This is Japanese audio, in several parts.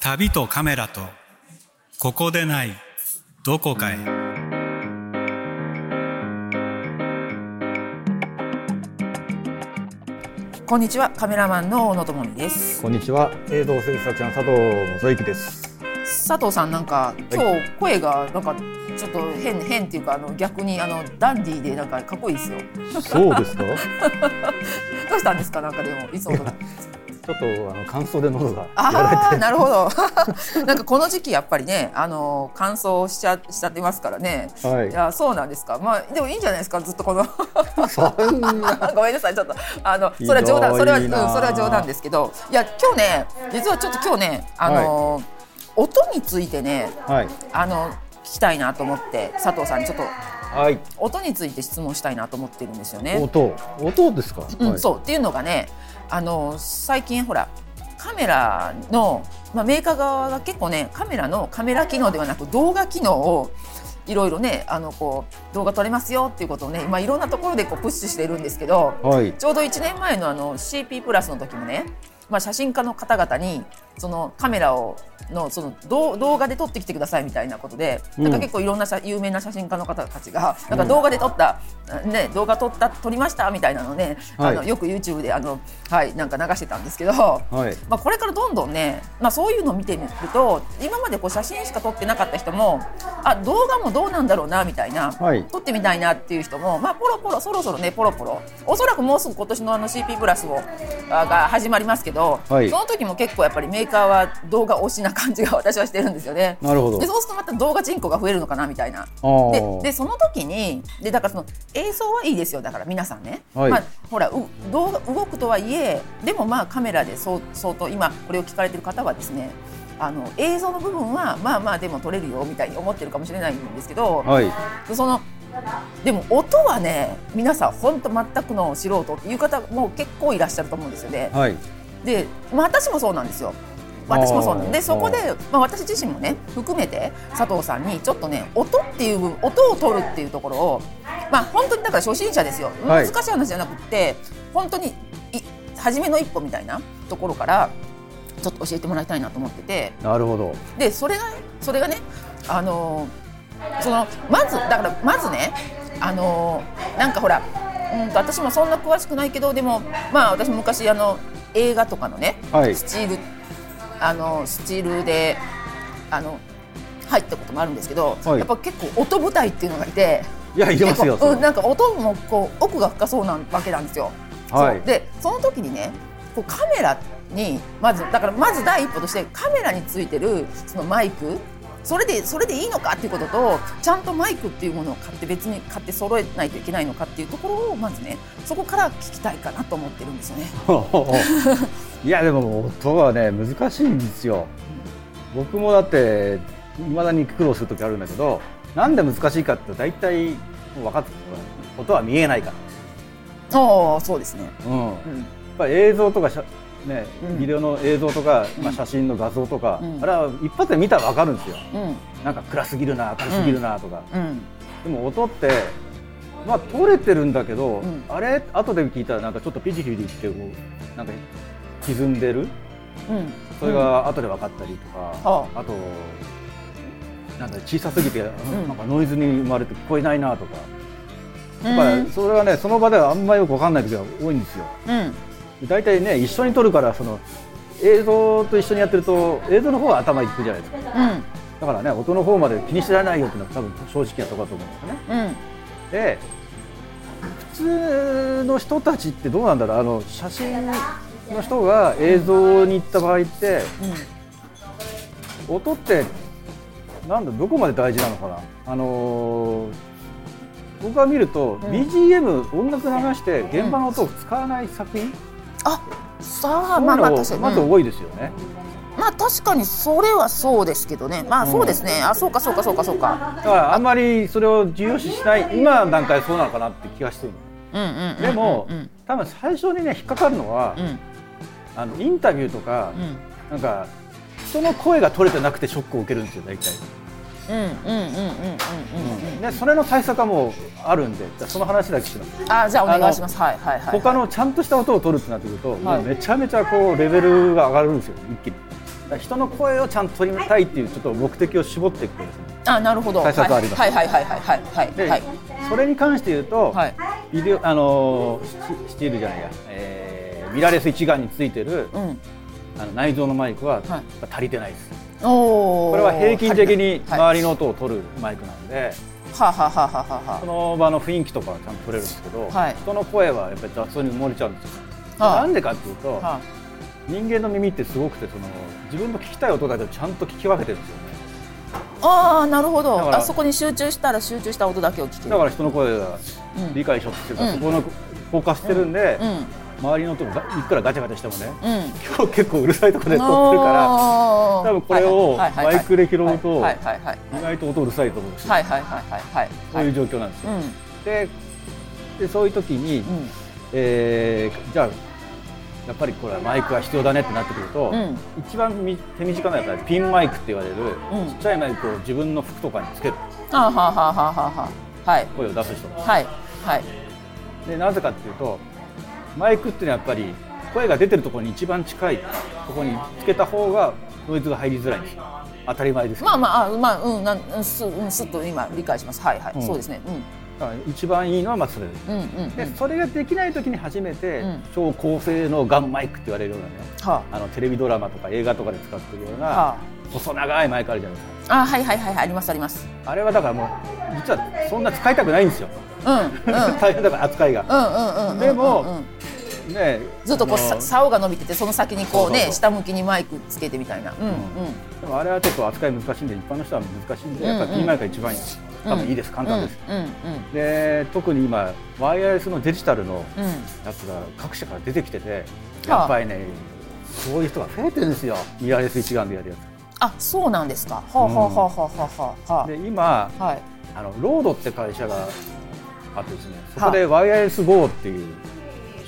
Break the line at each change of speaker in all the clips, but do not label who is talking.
旅とカメラとここでないどこかへ
こんにちはカメラマンの小野智美です
こんにちは映像制作者の佐藤元之です
佐藤さんなんか今日声がなんかちょっと変変っていうかあの逆にあのダンディーでなんかかっこいいですよ
そうですか
どうしたんですかなんかでもいつもと
ちょっとあの乾燥で喉が
ああなるほどなんかこの時期やっぱりねあの乾燥しちゃしちゃってますからね、
はい
いやそうなんですかまあでもいいんじゃないですかずっとこの
そんな
ごめんなさいちょっとあの
ひ
そ
ど
れ
い
は冗談それは、うん、それ
なあ
は冗談ですけどいや今日ね実はちょっと今日ねあの、音についてね
はい
あの聞きたいなと思って佐藤さんにちょっと
はい
音について質問したいなと思ってるんですよね。
音音ですか、
うん
はい
そうっていうのがねあの最近ほらカメラの、まあ、メーカー側が結構ねカメラのカメラ機能ではなく動画機能をいろいろねあのこう動画撮れますよっていうことをね、まあ、いろんなところでこうプッシュしているんですけど、
はい
ちょうど1年前のあの CP プラスの時もね、まあ、写真家の方々にそのカメラをのその動動画で撮ってきてくださいみたいなことで、
うん
なんか結構いろんな写有名な写真家の方たちがなんか動画で撮った、ね、動画撮った撮りましたみたいなのをね、
はい
あのよく YouTube であの、はい、なんか流してたんですけど。
はい
まあ、これからどんどんね、まあ、そういうのを見てみると今までこう写真しか撮ってなかった人もあ動画もどうなんだろうなみたいな、
はい
撮ってみたいなっていう人も、まあ、ポロポロそろそろねポロポロおそらくもうすぐ今年のあの CP プラスをあが始まりますけど、
はい
その時も結構やっぱりメーカーは動画推しな感じが私はしてるんですよね。
なるほど
でそうするとまた動画人口が増えるのかなみたいな
あー
ででその時にでだからその映像はいいですよだから皆さんね、
はい
まあ、ほらう動画動くとはいえでもまあカメラでそう相当今これを聞かれてる方はですねあの映像の部分はまあまあでも撮れるよみたいに思ってるかもしれないんですけど、
はい
でそのでも音はね皆さん本当全くの素人っていう方も結構いらっしゃると思うんですよね。
はい
で、まあ、私もそうなんですよ。私もそうなん
あー
でそこで、まあ、私自身もね含めて佐藤さんにちょっとね音っていう部分音を取るっていうところを、まあ、本当にだから初心者ですよ、
はい
難しい話じゃなくって本当にい初めの一歩みたいなところからちょっと教えてもらいたいなと思ってて
なるほど
でそれがそれがねあのーそのまずだからまずねあのーなんかほらうんと私もそんな詳しくないけどでもまあ私昔あの映画とかのね、
はい
スチールあのスチールであの入ったこともあるんですけど、
はい
やっぱ結構音舞台っていうのがいて。
いやいけますよ
結構うん、
それ
なんか音もこう奥が深そうなわけなんですよ。
はい
そうでその時にねこうカメラにまずだからまず第一歩としてカメラについてるそのマイクそれでそれでいいのかっていうこととちゃんとマイクっていうものを買って別に買って揃えないといけないのかっていうところをまずねそこから聞きたいかなと思ってるんですよね。
いやでも音はね難しいんですよ僕もだって未だに苦労する時あるんだけどなんで難しいかって大体もう分かってる音は見えないか
ああそうですね。
ら、うん、やっ
うん
ぱり映像とかしゃね
うん
ビデオの映像とか、ま
う
あ、
ん
写真の画像とか、
うん
あれは一発で見たら分かるんですよ
うん
なんか暗すぎるな明るすぎるなとか、
うん
でも音ってまあ取れてるんだけど、
うん
あれ後で聞いたらなんかちょっとピチピチってこうなんか歪んでる
うん。
それが後で分かったりとか
は、
あとなんだ小さすぎて、
ん
なんかノイズに生まれて聞こえないなとか、
うん、
やっぱりそれはねその場ではあんまりよく分かんない時が多いんですよ。
うん
大体ね一緒に撮るからその映像と一緒にやってると映像の方は頭いくじゃないですか。
うん
だからね音の方まで気にしてられないよっていうのは多分正直なところだと思うんですよね。
うん
で普通の人たちってどうなんだろうあの写真の人が映像に行った場合って。
うん
音ってなんだどこまで大事なのかなあのー僕が見ると、BGM 音楽流して現場の音を使わない作品、
あさあ
そういう
まあまあ
の
確か
が
に
まず
うん
多いですよね、
まあ確かにそれはそうですけどね。まあそうですね。あそうかそうかそうかそうか。
だからあんまりそれを重要視しない今の段階そうなのかなって気がしてるの
うんうんうんうん。
でも、
うん
多分最初にね引っかかるのは、
うん
あのインタビューとか、
うん
なんか人の声が取れてなくてショックを受けるんですよ大体、
うんうんうんうんうん
ねそれの対策はもうあるんでじゃあその話だけします
うん。あじゃあお願いします。はいはいはい。
他のちゃんとした音を取るってなってくると、
はい
もうめちゃめちゃこうレベルが上がるんですよ一気にから人の声をちゃんと取りたいっていうちょっと目的を絞っていくとですね
あなるほど
対策あります
はいはいはいはいはいはい
で、
はい
それに関して言うと、
はい
ビデオあのースチールじゃないや、えーミラーレス一眼についてる、
うん
あの内蔵のマイクは、
はい
足りてないです
おお
これは平均的に
は
周りの音を取るマイクなので、
いはあはあはあはあは
その場の雰囲気とかはちゃんと取れるんですけど、
はい
人の声はやっぱり雑音に埋もれちゃうんですよ、
はい
なんでかっていうと、
あはあ
人間の耳ってすごくてその自分の聞きたい音だけをちゃんと聞き分けてるんですよね
ああなるほ
だか
ど
ら
あそこに集中したら集中した音だけを聞ける
だから人の声が
うん
理解しようとしてるから、
うん
そこのフォーカスしてるんで、
うん
周りの音がいくらガチャガチャしてもね
うん
今日結構うるさいとこで撮ってるから
多
多分これをマイクで拾うと
はいはいはい
意外と音うるさいと思うんですよ、
はいはいはいはいはい
そう
はい
いう
い
状況なんです
う
よ、
ん
ででそういう時に、えーじゃあやっぱりこれはマイクが必要だねってなってくると、
うん
一番み手短なのはやっぱりピンマイクって言われる、
うん
ちっちゃいマイクを自分の服とかにつける
うんあははははははい
声を出す人が
はいはい
でなぜかっていうとマイクっていうのはやっぱり声が出てるところに一番近いところにつけた方がノイズが入りづらいんですよ当たり前ですけど
まあまああまあうんなんうんすうんすっと今理解しますはいはい、
うん
そうですね
だから一番いいのはまあそれです
うんうんうんう
で
ん
それができない時に初めて、
うん
超高性能ガンマイクって言われるようなね
は
あのテレビドラマとか映画とかで使ってるような、
あ、は
細長いマイクあるじゃないです
あ、あはいはいはいはいありますあります
かあれはだからもう実はそんな使いたくないんですよ、
うんうん
大変だから扱いが、ね
うんうんうんうんうん
でも
うん
え
ずっとこう
あ
さ
の
竿が伸びててその先にこうね
そうそうそう
下向きにマイクつけてみたいなうんうん
でもあれはちょっと扱い難しいんで一般の人は難しいんでやっぱりピンマイクが一番いい多分いいです簡単です、
うんうん
で特に今ワイヤレスのデジタルの
うんうん
やつが各社から出てきてて
はあ
やっぱりねそういう人が増えてるんですよミラーレス一眼でやるや
あそうなんですかはあはあはあはあはあは
つで今
あはい
あのロードって会社があってですねそこでワイヤレス GO っていう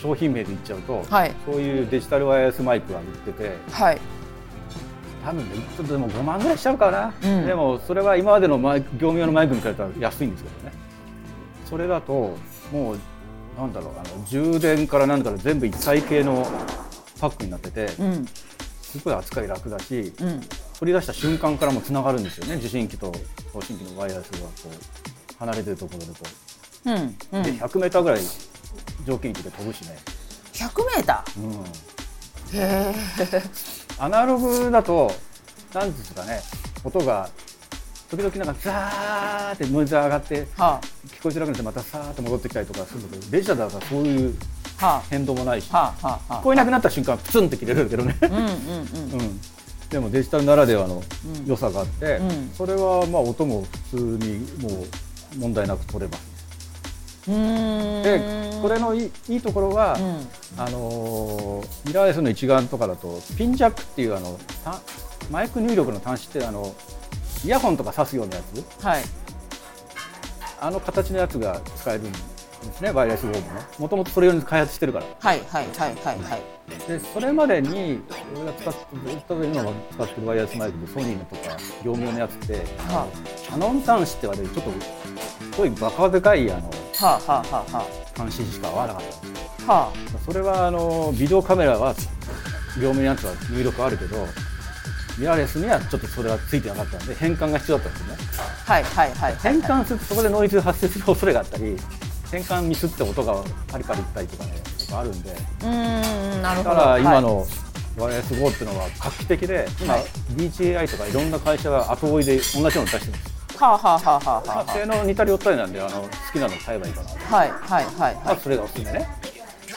商品名で言っちゃうと、
はい
そういうデジタルワイヤレスマイクが売ってて
はい
多分ねちょっとでも5万ぐらいしちゃうかな、
うん
でもそれは今までのマイク業務用のマイクに比べたら安いんですけどねそれだともうなんだろうあの充電から何から全部一体系のパックになってて
うん
すごい扱い楽だし
うん
取り出した瞬間からもつながるんですよね受信機と送信機のワイヤレスがこう離れてるところだと、
うんうん
で 100m ぐらい条件機で飛ぶしね、
100メータ
うん、
ーへえ
アナログだと、なんていうんですかね、音が時々なんかザーってノイズが上がって、
は
聞こえづらくなって、またさーっと戻ってきたりとかするので、デジタルだからそういう
あは
変動もないし、
あ
聞
はあはあはあ
こえなくなった瞬間、プツンって切れるけどね、
うんうんうん
うん、でもデジタルならではの良さがあって、
うん
それはまあ音も普通にもう問題なく取れます。
うーん
で、これのいいいいところは、
うん
あのーミラーレスの一眼とかだとピンジャックっていうあのたマイク入力の端子ってあのイヤホンとか挿すようなやつ
はい
あの形のやつが使えるんですねワイヤレスゴーもねもともとそれ用に開発してるから
はいはいはいはいはい
でそれまでに俺が使ってずっと今も使ってるワイヤレスマイクでソニーのとか業務用のやつって、
は
キャノン端子って言われるちょっとすごいバカでかいあの
あはあはあはあは
端子しか合わなかったんです
あは
それはあのビデオカメラは業務用のやつは入力あるけどミラーレスにはちょっとそれはついてなかったんで変換が必要だったんですね
あはいはいはいはい
変換するとそこでノイズ発生する恐れがあったり変換ミスって音がパリパリいったりとかねとかあるんで
うーんなるほど
だから今
はい
のワイヤレス GO っていうのは画期的で今
はい
DJI とかいろんな会社が後追いで同じようなの出してるんです
はあはあはあはあ
まあ
は
性能似たり寄ったりなんであの好きなの買えばいいかな
あはいはいはい
ま
は
あ、それがおすすめね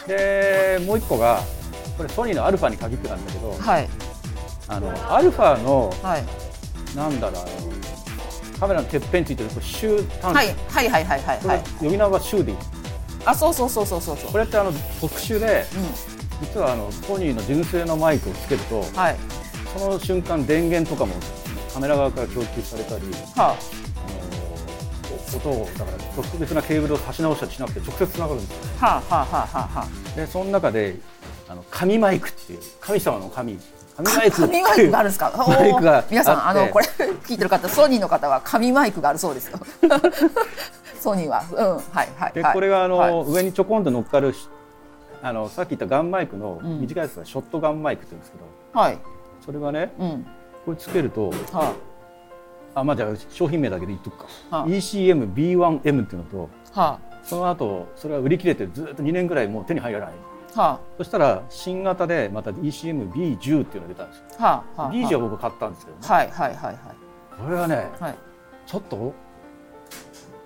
でもう一個がこれソニーのアルファに限ってなんだけど、
いはい
あのアルファの
はい
なんだろうあのカメラのてっぺんについてるこれシュー端子、
はいはいはいはいはい
こ
は
れ
い
呼び名はシューでいい
あそうそうそうそうそうそう
これってあの特殊で
う
実はあのソニーの純正のマイクをつけると
んはい
その瞬間電源とかもカメラ側から供給されたり
は
あの音をだから特別なケーブルを差し直したりしなくて直接つながるんですよ
あはあはあはあはあは
でその中であの神マイクっていう神様の神神マイ
あ
クっ
紙
て
マイ
い
ク
う
があるんですかおー
マイクが
皆さん
あ
あ
って
のこれ聞いてる方ソニーの方は紙マイクがあるそうですよソニーはうんはいはい
で
はい
これがあの、
はい
上にちょこんと乗っかるしあのさっき言ったガンマイクの短いやつはショットガンマイクって言うんですけど、
はい
シそれがね
うん
これつけると
は
あまあじゃあ商品名だけで言っとくか、
はあ
ECMB1M っていうのと
あは
その後それが売り切れてずっと2年ぐらいもう手に入らない
あは
そしたら新型でまた ECMB10 っていうのが出たんですよ
あはあはあ
B10 は僕買ったんですけどね
はいはいはいはい
これはね
はい
ちょっと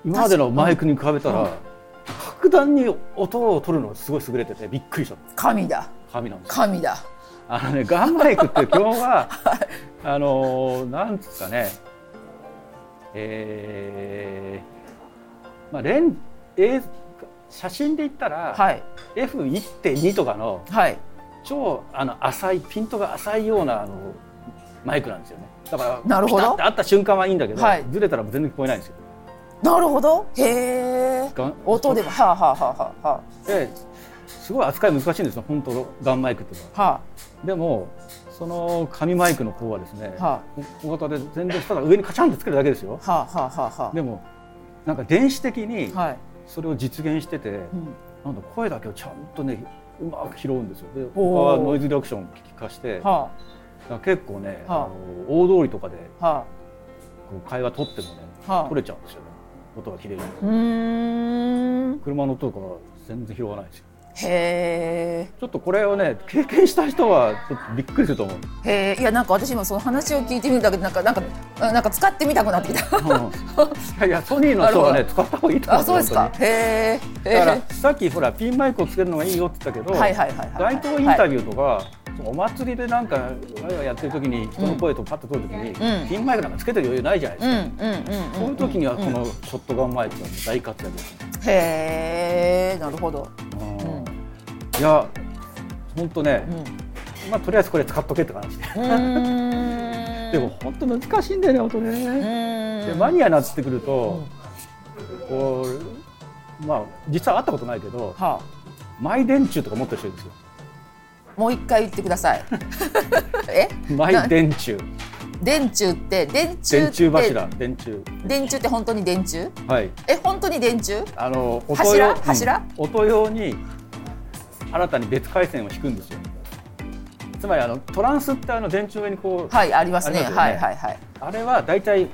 今までのマイクに比べたら格段に音を取るのがすごい優れててびっくりした
神だ
紙なんですよ
神だ
あのね、ガンマイクって基本は、あのーなんつうかね、えー、まあ、レン、えー写真で言ったら、
はい
F1.2 とかの
はい
超あの浅い、ピントが浅いようなあのマイクなんですよね。だから、
なるほど
ピタッて合った瞬間はいいんだけど、
はい
ずれたら全然聞こえないんですよ。
なるほどへえ
ガン
音でもはあはあはあは
ですごい扱い難しいんですよ、本当のガンマイクっていうのは。
あは
でも、その紙マイクの方はですね、
あは
小型で全然ただ上にカチャンとつけるだけですよ
あはあはあはあは
でもなんか電子的に
あはい
それを実現してて、
うん
なんだ声だけをちゃんとねうまく拾うんですよで他
おー
はノイズリダクションを聞かしてだか
は
ら結構ね、
はあ
あの大通りとかで
あは
こう会話取ってもね、
はあ
取れちゃうんですよね音が綺麗に
あうーん
車の音とかは全然拾わないですよ
へえ
ちょっとこれをね経験した人はちょっとびっくりすると思う
へえいやなんか私今その話を聞いてみるだけでなんかなんかあなんか使ってみたくなってきた
うん いやいやソニーの人は
な
ね
る
使った方がいいと思う
あそうですか
本
へえ
当にだからさっきほらピンマイクをつけるのがいいよって言ったけど、
はいはいはいはい
街頭インタビューとか、お祭りでなんかわいわいやってる時に人の声とパッと取る時に、
うん
ピンマイクなんかつけてる余裕ないじゃないで
う
す
ん
か、
うんうんうん
そういう時にはこのショットガンマイクが大活躍です、
へえなるほど
うんいや本当ね
う、ん
まあとりあえずこれ使っとけって感じで、
うー ん
でも本当難しいんだよね音ね、
うーん
でマニアになってくると、こうまあ実際会ったことないけど
は
マイ電柱とか持ってる人いるんですよ
あもう一回言ってくだ さいえ
マ
な
イ電柱
電柱って電柱
電
って
柱柱電柱
電柱って本当に電柱
はい
え本当に電柱
あの音
柱
用
柱
うん音用に新たに別回線を引くんですよつまりあのトランスってあの電柱上にこう、
はいありますね
ありますよね
はいはいはい
あれは大体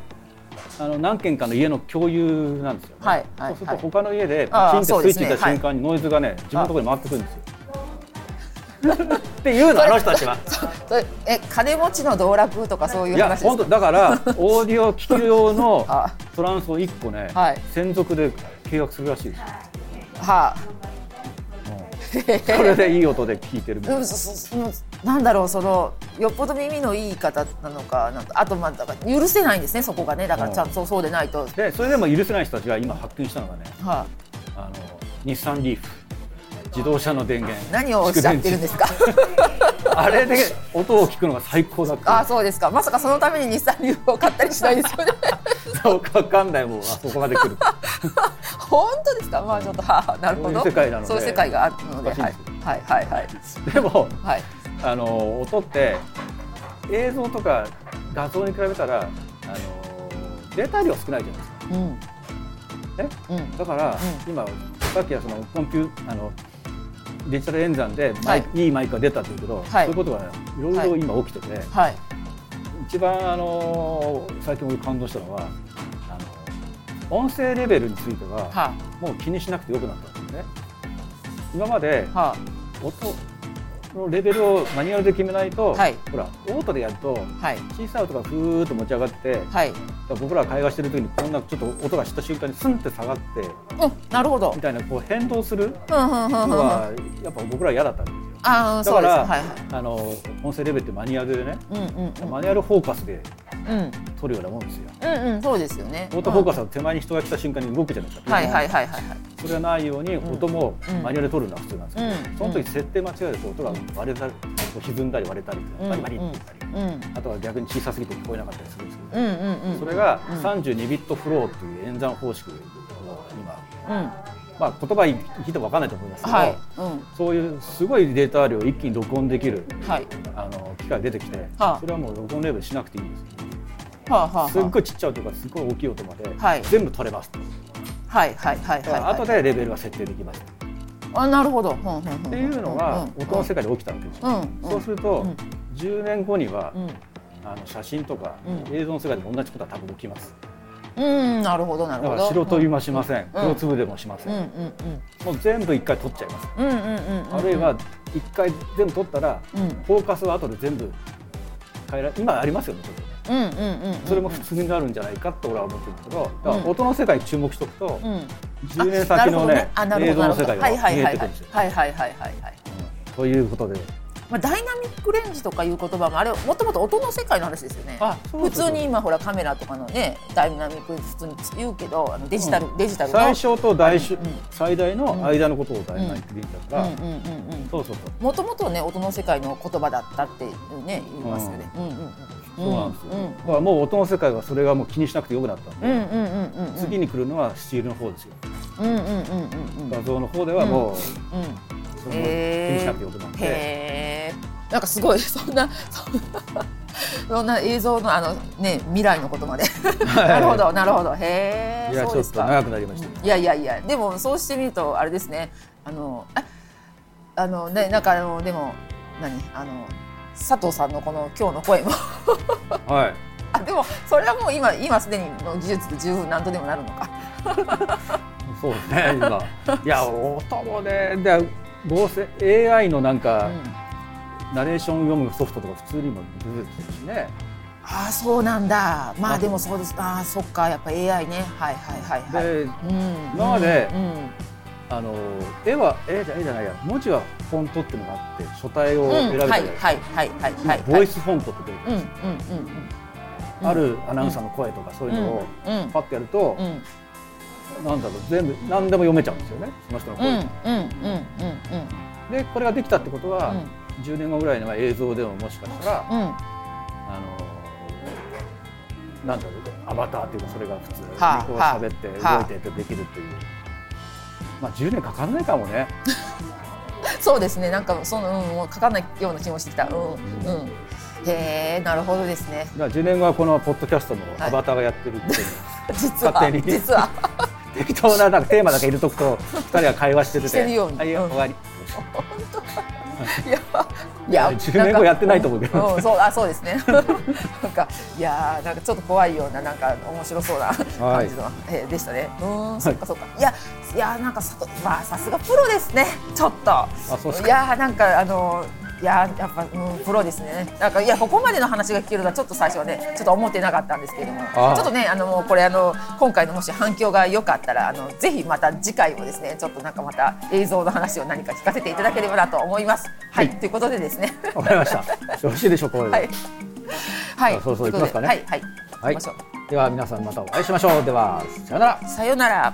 あの何軒かの家の共有なんですよ、ね
はいはい
そうする
は
と
い
他の家で
ああ
パチン
そう
って
で
ス
す
イッ
ね
チした瞬間にノイズがね自分のところに回ってくるんですよっていうのあの人たちは
それえ金持ちの道楽とかそういう
いや
話です
本
か
当だからオーディオ機器用の
あ
トランスを1個ね、
はい
専属で契約するらしいですよ
は
これでいい音で聞いてるみ
あ
たい
うんそそそなんだろうそのよっぽど耳のいい方なのかなんかあとまあだから許せないんですねそこがねだからちゃんとそうでないと
でそれでも許せない人たちが今発見したのがね
は
あの日産リーフ自動車の電源
い、何をおっしゃってるんですか
あれで音を聞くのが最高だって
あそうですかまさかそのために日産リーフを買ったりしないです よね
そうかわかんないもんあそこまで 来る
本当ですかまあちょっとはあなるほど
そういう世界なので
そういう世界があるので
おか
は
し
い
いんで
はいはいはい
でも
はい
あの音って映像とか画像に比べたらあのデータ量少ないじゃないですか
うん
え
うん
だから、
う
今さっきはそのコンピュあのデジタル演算でマイ、、
はい
いマイクが出たっていうけど、
はい
そういうことがねいろいろ今起きてて、
はい
一番あの最近俺感動したのはあの音声レベルについては
は
もう気にしなくてよくなったんですね今まで
あ、は
音のレベルをマニュアルで決めないと、
はい
ほらオートでやると
あ、はい
小さい音がふーっと持ち上がって、
はい
僕らが会話してる時にこんなちょっと音がした瞬間にスンって下がって
うんなるほど
みたいなこう変動する
うんうんうん
の
うんうん
はやっぱ僕らは嫌だったんですよ
ああ
だ
そ
か
うです
ら、
はいはい
あの音声レベルってマニュアルでね、
うんうんうん
マニュアルフォーカスで
うん
取るようなもんですよ
うんうんそうですよね
オートフォーカスは手前に人が来た瞬間に動くじゃないです
うん
か、
はいはいはいはいはい
それがないように音も
うん
マニュアルで取るのは普通なんですけど、
うん
その時設定間違えると音が割れたり歪んだり割れたりバリバリって言ったり、
うん
あとは逆に小さすぎて聞こえなかったりするんですけ
うん
ど、
うんうん
それが
うん
32ビットフローという演算方式を今、
うん
まあ、言葉聞いても分かんないと思いますけど、
はいうん
そういうすごいデータ量を一気に録音できる
はい
あの機械が出てきて、
あ
それはもう録音レベルしなくていいんですよ
はあはあはあ
すっごいちっちゃい音からすっごい大きい音まで、
はい
全部取れますと
はいはいはいは
だか
い
ら
はい
後でレベルが設定できます、
あなるほど、うんうんうん、っ
っていうのが音の世界で起きたわけですよ、
うんうん
そうすると、
うん
10年後には、
うん
あの写真とか、
うん
映像の世界でも同じことは多分起きます
うん、なるほどな
だ
る
か
ほ
ら
ど。
白飛びもしません、
ん
黒粒でもしませ
うん
ん、
うん
もう全部一回撮っちゃいます、
うんうんうんうんうん。
あるいは一回全部撮ったら、
うん
フォーカスは後で全部変えら今ありますよねちょっとね
うんうんうんうん。
それも普通になるんじゃないかって俺は思ってるんですけど、だから
うん
音の世界に注目しておくと、
うん。
10年先のね
あなる
映
ほど
像
なる
の
ほど
世界が
はい
見
はいは
えて
い
く
は
る
い
んですよ。
はいはいはいはいはい。
ということで、
まあダイナミックレンジとかいう言葉もあれもともと音の世界の話ですよね。
あそうそう
普
そう
通に今ほらカメラとかのねダイナミックレンジ普通に言うけどあのデジタル、デジタルの
最小と大小
うん
最大の間のことを大なって言ったから、
うんうんうんうん。
そうそうそう。
もともとね音の世界の言葉だったっていうね言いますよね。うんうんうん。
そうなんですよ。
うん
だからもう音の世界はそれがもう気にしなくてよくなったんで、
うんうんうんうんうん。
次に来るのはスチールの方ですよ。
うんうんうんうんうん。
画像の方ではもう、
うん。
その気にしなくてよくなって、
へえ。なんかすごい そんなそんなそんな映像のあのね未来のことまで。なるほどなるほどへえ。
いや
そう
ちょ
で
っ
す
と
か。
長くなりました。
いやいやいやでもそうしてみるとあれですねあのああのねなんかあのでも何あの佐藤さんのこの今日の声も
はい。
あでもそれはもう今今すでにの技術で十分何とでもなるのか。
そうですね。今い や音もね、で合成 AI のなん
う
か、
ん、
ナレーション読むソフトとか普通にも出てきてるしね。
ああそうなんだま
あ
あでもそうですああそっかやっぱ AI ねはいはいはいはい。
で
うん
今まで
うんうん
あの絵は絵じゃ絵じゃないや文字はフォントっていうのがあって書体を選べ
うん、
た
は
り、
いはいはいはいはい
ボイスフォントって出てく
うん
る
うんうん
あるアナウンサーの声とかそういうのを
うんうん
パッとやると、
うん
なんだろう全部何でも読めちゃうんですよねその人の
うんう
声、
んうんうん
でこれができたってことは、
うん
10年後ぐらいには映像でももしかしたら、
うんうんは
あのなんだろうアバターっていうかそれが普通にこう
はあはあ
喋って
は
動
あ
いてってできるっていう、まあ10年かかんないかもね
そうですねなんかそのうんもうかかんないような気もしてきたうんうんへえなるほどですね
だから10年後はこのポッドキャストのアバターがやってるっていう。
実は
勝手に
実は
適当ななんかテーマだけ入れとく と二人が会話してて
してるように
はい
うん
終わり
いやいや
10年後
んか
やってないと思うけど
ん、そうあそうですね なんかいやーなんかちょっと怖いようななんか面白そうな感じの、えーでしたねうーんそっかそっか、い、やいやーなんかさとまあさすがプロですねちょっと
そうっすか
いやーなんかあのーいやーやっぱ、うん、プロですねなんかいやここまでの話が聞けるのはちょっと最初はねちょっと思ってなかったんですけれども
あー
ちょっとねあのもうこれあの今回のもし反響が良かったらあのぜひまた次回もですねちょっとなんかまた映像の話を何か聞かせていただければなと思いますはい、ということでですね
わかりましたよろしいでしょうこれで、
はいは
じゃあそろそろ
とい
行きますか
うことで
ね
はいはい、
は
はいい、ましょう
では皆さんまたお会いしましょうではさようなら
さようなら